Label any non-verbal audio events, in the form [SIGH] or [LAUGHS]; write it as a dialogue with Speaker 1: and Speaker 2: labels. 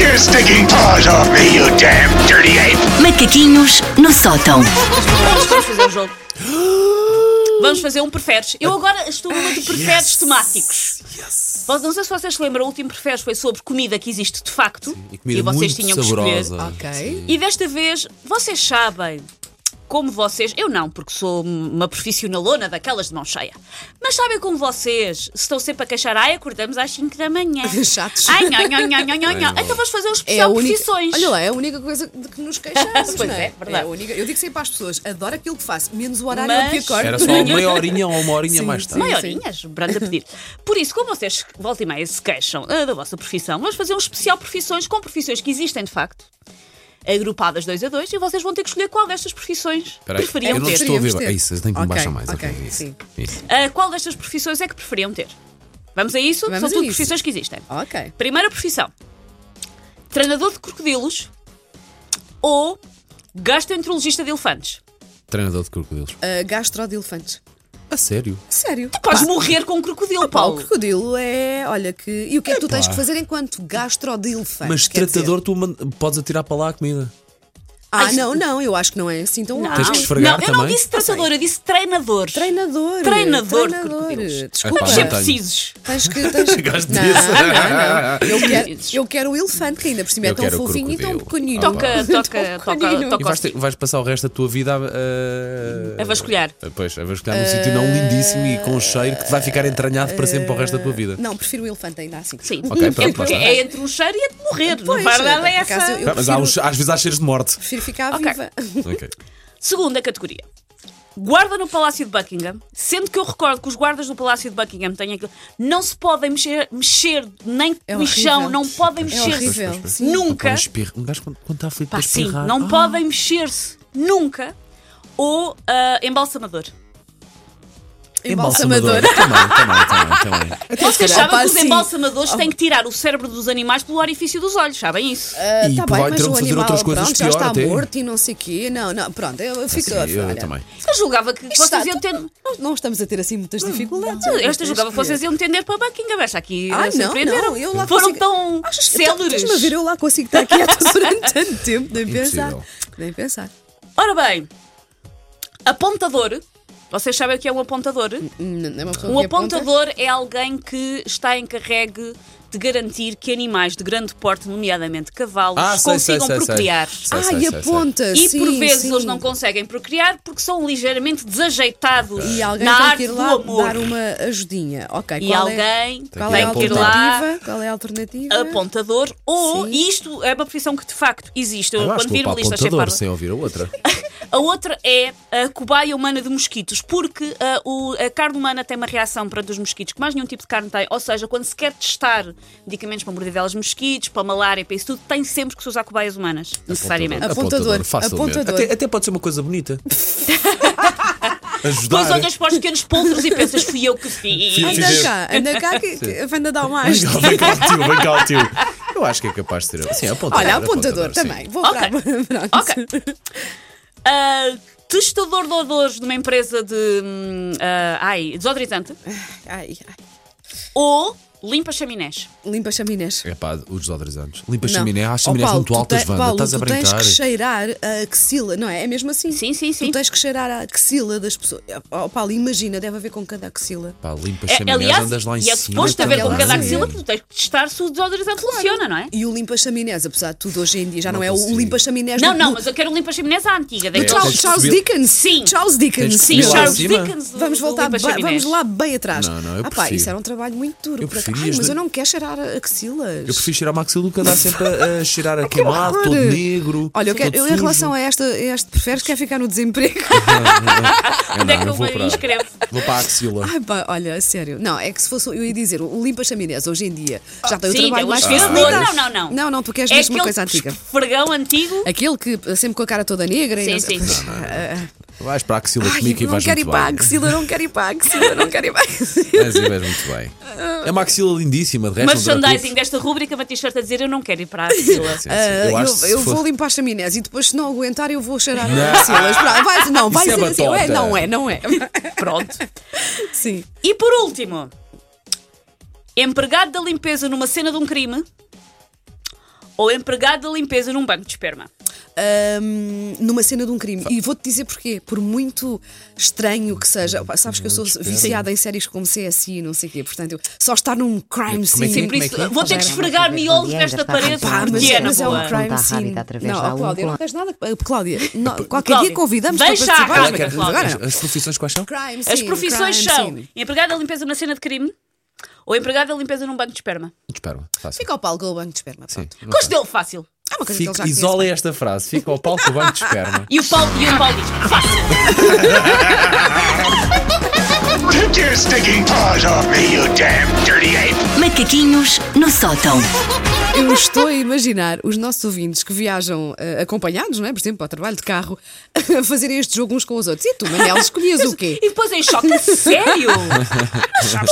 Speaker 1: your stinking paws off me, you damn dirty ape!
Speaker 2: Macaquinhos no sótão.
Speaker 3: Vamos fazer um jogo. Vamos fazer um preferes. Eu agora estou numa de preferes temáticos. Vós- Não sei se vocês se lembram, o último preferes foi sobre comida que existe de facto.
Speaker 4: E comida
Speaker 3: vocês
Speaker 4: muito
Speaker 3: tinham que escolher.
Speaker 4: saborosa.
Speaker 5: Ok.
Speaker 3: E desta vez, vocês sabem como vocês. Eu não, porque sou uma profissionalona daquelas de mão cheia. Mas sabem como vocês se estão sempre a queixar? Ai, acordamos às 5 da manhã.
Speaker 5: Chatos.
Speaker 3: Ai, não, não, não, não, não, não. Então vamos fazer um
Speaker 5: É a
Speaker 3: especial
Speaker 5: única,
Speaker 3: profissões.
Speaker 5: olha lá, é a única coisa de que
Speaker 3: [LAUGHS]
Speaker 5: nos queixamos.
Speaker 3: Pois
Speaker 5: não
Speaker 3: é, verdade.
Speaker 5: a única, eu digo sempre às pessoas: adoro aquilo que faço, menos o horário
Speaker 3: Mas-
Speaker 5: ao que acordo.
Speaker 4: Era só
Speaker 5: [LAUGHS]
Speaker 4: um- meia horinha ou uma horinha
Speaker 5: Sim,
Speaker 4: mais
Speaker 5: sim.
Speaker 4: tarde.
Speaker 5: Meia
Speaker 3: Maiorinhas, brando a pedir. Por isso, como vocês volta e meia se queixam ah, da vossa profissão, vamos fazer um especial profissões com profissões que existem de facto, agrupadas dois a dois, e vocês vão ter que escolher qual destas profissões
Speaker 4: Espera aí,
Speaker 3: preferiam
Speaker 4: eu não te
Speaker 3: ter.
Speaker 4: estou a ver.
Speaker 5: Teríamos
Speaker 4: bem.
Speaker 5: ter.
Speaker 4: É isso, tem que me
Speaker 5: Ok,
Speaker 4: baixar mais. Ok,
Speaker 5: ok,
Speaker 4: isso,
Speaker 5: sim.
Speaker 4: isso.
Speaker 3: Ah, qual destas profissões é que preferiam ter? Vamos a isso?
Speaker 5: Vamos
Speaker 3: São
Speaker 5: a
Speaker 3: tudo
Speaker 5: isso.
Speaker 3: profissões que existem.
Speaker 5: Ok.
Speaker 3: Primeira profissão: treinador de crocodilos ou gastroenterologista de elefantes.
Speaker 4: Treinador de crocodilos.
Speaker 5: Uh, gastro de elefantes.
Speaker 4: A sério?
Speaker 5: Sério. Tu
Speaker 4: Ah.
Speaker 3: Podes morrer com um crocodilo,
Speaker 5: Paulo. O
Speaker 3: Paulo.
Speaker 5: crocodilo é. Olha que. E o que é que tu tens que fazer enquanto gastro de elefante?
Speaker 4: Mas
Speaker 5: quer
Speaker 4: tratador,
Speaker 5: dizer?
Speaker 4: tu man- podes atirar para lá a comida.
Speaker 5: Ah, não, não, eu acho que não é assim tão
Speaker 3: Não,
Speaker 5: longe.
Speaker 4: Tens que esfregar
Speaker 3: não, eu não
Speaker 4: também?
Speaker 3: disse tratador, eu disse treinador.
Speaker 5: Treinador.
Speaker 3: Treinador de
Speaker 5: Treinador.
Speaker 3: crocodilos.
Speaker 5: Desculpa.
Speaker 4: Epá,
Speaker 3: Sempre
Speaker 4: não tenho.
Speaker 3: precisos.
Speaker 5: Tens
Speaker 4: [LAUGHS]
Speaker 5: que. Tens...
Speaker 4: Gosto
Speaker 5: não,
Speaker 4: disso.
Speaker 5: não, não.
Speaker 3: [LAUGHS]
Speaker 5: Eu quero,
Speaker 3: Precisos.
Speaker 5: eu quero o elefante, que ainda por cima
Speaker 4: Eu
Speaker 5: é tão
Speaker 4: quero o
Speaker 5: fofinho e tão
Speaker 4: crocodilo.
Speaker 5: pequenino.
Speaker 4: Ah,
Speaker 3: Toca, toca, toca,
Speaker 5: pequenino.
Speaker 4: E
Speaker 3: toca.
Speaker 4: vais,
Speaker 3: ao-
Speaker 4: ter- vais passar o resto da tua vida a, a-
Speaker 3: A vasculhar.
Speaker 4: Pois, a vasculhar num sítio não lindíssimo e com um cheiro que te vai ficar entranhado para sempre para o resto da tua vida.
Speaker 5: Não, prefiro o elefante ainda assim.
Speaker 3: Sim.
Speaker 4: Ok,
Speaker 3: é,
Speaker 4: pronto, lá está.
Speaker 3: é entre um cheiro e é de morrer. não
Speaker 5: Pois,
Speaker 3: vai dar
Speaker 5: por acaso,
Speaker 3: essa.
Speaker 5: eu-
Speaker 4: Ah, mas há
Speaker 5: prefiro-
Speaker 4: uns- às vezes há cheiros de morte.
Speaker 5: Prefiro ficar
Speaker 3: Ok.
Speaker 4: [LAUGHS]
Speaker 5: viva.
Speaker 4: Ok.
Speaker 3: Segunda categoria. Guarda no Palácio de Buckingham, sendo que eu recordo que os guardas do Palácio de Buckingham têm aquilo. Não se podem mexer, mexer nem
Speaker 5: É
Speaker 3: no chão,
Speaker 5: horrível.
Speaker 3: não podem
Speaker 5: É
Speaker 3: mexer-se.
Speaker 5: horrível. Sim.
Speaker 4: Quando
Speaker 3: Nunca.
Speaker 4: espirra- Um gajo quando, quando está aflito
Speaker 3: Pá,
Speaker 4: para
Speaker 3: sim,
Speaker 4: espirrar.
Speaker 3: não
Speaker 4: Ah,
Speaker 3: podem mexer-se. Nunca. Ou ah, embalsamador.
Speaker 4: Embalsamador. também, também, também, também.
Speaker 3: Vocês sabem
Speaker 5: calhar, pá,
Speaker 3: que os
Speaker 5: sim. Oh.
Speaker 3: embalsamadores têm que tirar o cérebro dos animais pelo orifício dos olhos, sabem isso?
Speaker 5: Ah,
Speaker 4: E
Speaker 5: tá
Speaker 4: vai
Speaker 5: bem, mas
Speaker 4: ter de
Speaker 5: o
Speaker 4: fazer
Speaker 5: animal,
Speaker 4: outras coisas
Speaker 5: pronto, já
Speaker 4: pior
Speaker 5: está
Speaker 4: até.
Speaker 5: morto e não sei o quê. Não, não, pronto, eu
Speaker 4: Sim,
Speaker 5: fico.
Speaker 4: eu
Speaker 5: olha,
Speaker 4: também.
Speaker 3: Eu julgava que
Speaker 5: isto está-
Speaker 3: vocês iam ter.
Speaker 5: Não, não estamos a ter assim muitas
Speaker 4: Hum,
Speaker 5: dificuldades.
Speaker 3: Não,
Speaker 5: olha,
Speaker 3: Esta
Speaker 5: tens
Speaker 3: jogava
Speaker 5: que
Speaker 3: vocês
Speaker 5: ver.
Speaker 3: iam tender para a Buckingham. Esta aqui
Speaker 5: Ah,
Speaker 3: eh,
Speaker 5: não,
Speaker 3: surpreenderam.
Speaker 5: não, eu lá
Speaker 3: Foram
Speaker 5: consigo-
Speaker 3: tão
Speaker 5: Achas que
Speaker 3: céleres.
Speaker 5: estás-me a ver, [LAUGHS] eu lá consigo estar quieta durante tanto tempo, nem pensar.
Speaker 4: Impossível.
Speaker 5: Nem pensar.
Speaker 3: Ora bem, apontador. Vocês sabem o que é um apontador?
Speaker 5: Não, não é uma pessoa
Speaker 3: Um
Speaker 5: que aponta.
Speaker 3: apontador é alguém que está encarregue de garantir que animais de grande porte, nomeadamente cavalos,
Speaker 4: Ah, sei, sei,
Speaker 3: consigam
Speaker 4: sei, sei.
Speaker 3: procriar.
Speaker 4: Sei, sei,
Speaker 5: Ai,
Speaker 4: sei, sei.
Speaker 5: aponta,
Speaker 3: E por
Speaker 5: sim,
Speaker 3: vezes
Speaker 5: sim.
Speaker 3: eles não conseguem procriar porque são ligeiramente desajeitados
Speaker 5: E alguém
Speaker 3: na
Speaker 5: tem
Speaker 3: arte
Speaker 5: que ir
Speaker 3: do
Speaker 5: lá
Speaker 3: amor.
Speaker 5: dar uma ajudinha. Ok,
Speaker 3: E
Speaker 5: qual é?
Speaker 3: alguém
Speaker 5: Qual
Speaker 4: Tem
Speaker 3: tem
Speaker 5: é a
Speaker 4: que
Speaker 3: que ir
Speaker 4: apontar.
Speaker 3: lá
Speaker 5: alternativa? Qual é a alternativa?
Speaker 3: apontador ou
Speaker 5: Sim.
Speaker 3: isto é uma profissão que de facto existe. Eu,
Speaker 4: Eu acho
Speaker 3: quando um
Speaker 4: que
Speaker 3: viro
Speaker 4: vou para
Speaker 3: listas sem
Speaker 4: apontador
Speaker 3: parva.
Speaker 4: sem ouvir a [LAUGHS] outra.
Speaker 3: A outra é a cobaia humana de mosquitos, porque ah, o- a carne humana tem uma reação perante os mosquitos que mais nenhum tipo de carne tem. Ou seja, quando se quer testar medicamentos para mordidelas de mosquitos, para malária, para isso tudo, tem sempre que se usar cobaias humanas, necessariamente.
Speaker 5: Apontador. Apontador,
Speaker 4: facilmente.
Speaker 5: apontador.
Speaker 4: Até, até pode ser uma coisa [LAUGHS] bonita. Ajudar.
Speaker 3: Depois olhas para os pequenos polvos e pensas, fui eu que fiz.
Speaker 4: Fiz.
Speaker 5: Anda
Speaker 4: Fizer.
Speaker 5: cá, anda cá que, que vai dar uma
Speaker 4: Vem cá,
Speaker 5: ajuda.
Speaker 4: [LAUGHS] vem cá o tio, vem cá o tio. Eu acho que é capaz de ter. Sim, apontador.
Speaker 5: Olha, apontador
Speaker 4: sim.
Speaker 5: também. Vou
Speaker 3: Ok.
Speaker 5: [LAUGHS] para
Speaker 3: Ok. Ah, testador de odores de uma empresa de. hum, ah, ai, desodorizante.
Speaker 5: Ai, ai.
Speaker 3: Ou limpa chaminés.
Speaker 5: Limpa chaminés.
Speaker 4: É pá, os desodorizantes. Limpa a
Speaker 5: Não.
Speaker 4: chaminé. Ah, as
Speaker 5: Oh,
Speaker 4: chaminés
Speaker 5: Paulo,
Speaker 4: são muito
Speaker 5: tu
Speaker 4: altas,
Speaker 5: te-
Speaker 4: Wanda.
Speaker 5: Paulo,
Speaker 4: Estás a
Speaker 5: tu tens
Speaker 4: brincar.
Speaker 5: que cheirar a axila, não é? É mesmo assim?
Speaker 3: Sim, sim, sim.
Speaker 5: Tu tens que cheirar a axila das pessoas. Oh, Paulo, imagina, deve haver com cada axila.
Speaker 4: Pá, limpa
Speaker 3: É,
Speaker 4: chaminés,
Speaker 3: aliás,
Speaker 4: andas lá um em
Speaker 3: e é
Speaker 4: cima.
Speaker 3: suposto haver com
Speaker 5: também.
Speaker 3: cada
Speaker 5: Sim.
Speaker 3: axila, porque tu tens que testar se o desodorizante funciona, não é?
Speaker 5: E o limpa chaminés, apesar de tudo hoje em dia, já não,
Speaker 4: Não
Speaker 5: é o
Speaker 4: consigo.
Speaker 5: limpa chaminés
Speaker 3: Não,
Speaker 5: do,
Speaker 3: não,
Speaker 5: do-
Speaker 3: mas eu quero um limpa-chaminés à antiga.
Speaker 5: do
Speaker 4: É,
Speaker 3: daqueles-
Speaker 4: tens
Speaker 5: Charles,
Speaker 4: que
Speaker 5: Charles
Speaker 4: subir-
Speaker 5: Dickens.
Speaker 3: Sim.
Speaker 5: Charles
Speaker 4: Tens
Speaker 5: Dickens.
Speaker 3: Sim,
Speaker 4: que subir
Speaker 5: meu.
Speaker 4: lá
Speaker 3: Charles
Speaker 4: em cima?
Speaker 3: Dickens. do-
Speaker 5: Vamos
Speaker 3: do
Speaker 5: voltar, ba-
Speaker 3: limpa-chaminés.
Speaker 5: vamos lá bem atrás.
Speaker 4: Não, não, eu
Speaker 5: ah, pá,
Speaker 4: prefiro.
Speaker 5: isso era um trabalho muito duro.
Speaker 4: Eu
Speaker 5: por acaso.
Speaker 4: preferia
Speaker 5: Ai,
Speaker 4: as
Speaker 5: mas
Speaker 4: de-
Speaker 5: eu não quero cheirar a axilas.
Speaker 4: Eu prefiro cheirar Maxil do que andar sempre a, a cheirar
Speaker 5: [LAUGHS]
Speaker 4: a queimado, todo
Speaker 5: horror.
Speaker 4: negro.
Speaker 5: Olha, eu, quero,
Speaker 4: todo
Speaker 5: eu em
Speaker 4: sujo.
Speaker 5: relação a, esta, a este preferes, quero ficar no desemprego.
Speaker 4: É,
Speaker 3: Onde é
Speaker 4: não,
Speaker 3: que
Speaker 4: eu
Speaker 3: eu
Speaker 4: vou
Speaker 3: me
Speaker 4: para.
Speaker 3: inscrevo?
Speaker 4: Vou para a axila.
Speaker 5: [LAUGHS] Ai, pá, olha, a sério. Não, é que se fosse. Eu ia dizer, o limpa chaminés hoje em dia já tem o
Speaker 3: Ah, sim, tem
Speaker 5: trabalho
Speaker 3: o
Speaker 5: mais
Speaker 3: esfregador.
Speaker 5: facilitado.
Speaker 3: Não, não, não.
Speaker 5: Não, não, tu queres
Speaker 3: É
Speaker 5: mesmo uma
Speaker 3: aquele
Speaker 5: coisa antiga. É,
Speaker 3: fregão antigo.
Speaker 5: Aquele que eh, sempre com a cara toda negra
Speaker 3: Sim,
Speaker 5: e não
Speaker 3: sim,
Speaker 5: sei-
Speaker 3: sim.
Speaker 4: Vais para a axila
Speaker 5: Ai,
Speaker 4: comigo e
Speaker 5: eu não
Speaker 4: vais
Speaker 5: quero ir
Speaker 4: muito
Speaker 5: para a
Speaker 4: bem.
Speaker 5: axila, não quero ir para a axila, não quero ir para a axila.
Speaker 4: Mas e vais muito bem. É uma axila lindíssima, de resto. não te
Speaker 3: Merchandising
Speaker 4: preocupes.
Speaker 3: desta rúbrica, uma t-shirt a dizer eu não quero ir para a axila.
Speaker 4: [LAUGHS] Sim, sim.
Speaker 5: é- Ah,
Speaker 4: [LAUGHS] Eu
Speaker 5: eu
Speaker 4: acho que se
Speaker 5: eu vou
Speaker 4: fosse-
Speaker 5: limpar as chaminés e depois, se não aguentar, eu vou cheirar
Speaker 4: Não.
Speaker 5: as axilas. Pronto, Vai, não, vai
Speaker 4: Isso é
Speaker 5: ser assim.
Speaker 4: batota.
Speaker 5: É, não é, não é.
Speaker 3: Pronto.
Speaker 5: Sim.
Speaker 3: E por último, empregado da limpeza numa cena de um crime ou empregado de limpeza num banco de esperma.
Speaker 5: ahm, numa cena de um crime. E vou-te dizer porquê. Por muito estranho que seja, Opa, sabes que eu sou viciada em séries como CSI e não sei o quê. Portanto, eu- só estar num crime
Speaker 4: Como é
Speaker 5: scene.
Speaker 4: que-
Speaker 3: Sim, por
Speaker 4: como é
Speaker 3: isso,
Speaker 4: que é?
Speaker 3: vou ter que esfregar
Speaker 6: Não,
Speaker 3: miolos
Speaker 6: não,
Speaker 3: nesta
Speaker 6: não,
Speaker 3: parede
Speaker 6: não,
Speaker 5: tá? Pá,
Speaker 6: não,
Speaker 5: mas,
Speaker 3: porque é na
Speaker 5: mas é um
Speaker 3: boa.
Speaker 5: crime
Speaker 6: Conta a rádio
Speaker 5: scene.
Speaker 6: através
Speaker 5: não,
Speaker 6: da
Speaker 5: ó, Cláudia,
Speaker 6: Alcon.
Speaker 5: não queres nada? Ah, Cláudia, não, qualquer
Speaker 3: Cláudia,
Speaker 5: dia convidamos
Speaker 3: deixa
Speaker 5: para
Speaker 3: a
Speaker 5: participar.
Speaker 3: rádio,
Speaker 5: mas
Speaker 3: Cláudia.
Speaker 5: agora
Speaker 4: é As, as profissões quais são?
Speaker 5: não. Crime
Speaker 3: As
Speaker 5: scene,
Speaker 3: profissões
Speaker 5: é um crime
Speaker 3: são
Speaker 5: scene.
Speaker 3: empregado de limpeza na cena de crime ou empregado de limpeza num banco de esperma.
Speaker 4: Espera, fácil.
Speaker 5: Fica ao palco com o banco de esperma.
Speaker 4: Sim.
Speaker 5: pronto.
Speaker 3: Gosto dele fácil.
Speaker 5: É uma coisa que ele já
Speaker 4: Fica,
Speaker 5: conhece.
Speaker 4: isolem esta frase. Fica ao palco o banco de esperma.
Speaker 3: E o Paulo, e o Paulo diz: fácil.
Speaker 1: Take your stinking paws off me, you damn dirty ape!
Speaker 2: Macaquinhos no sótão.
Speaker 5: Eu estou a imaginar os nossos ouvintes que viajam eh, acompanhados, não é? Por exemplo, ao trabalho de carro, [LAUGHS] a [LAUGHS] fazerem este jogo uns com os outros. E tu, Manel, escolhias o quê?
Speaker 3: E depois em choque, a sério? Achavas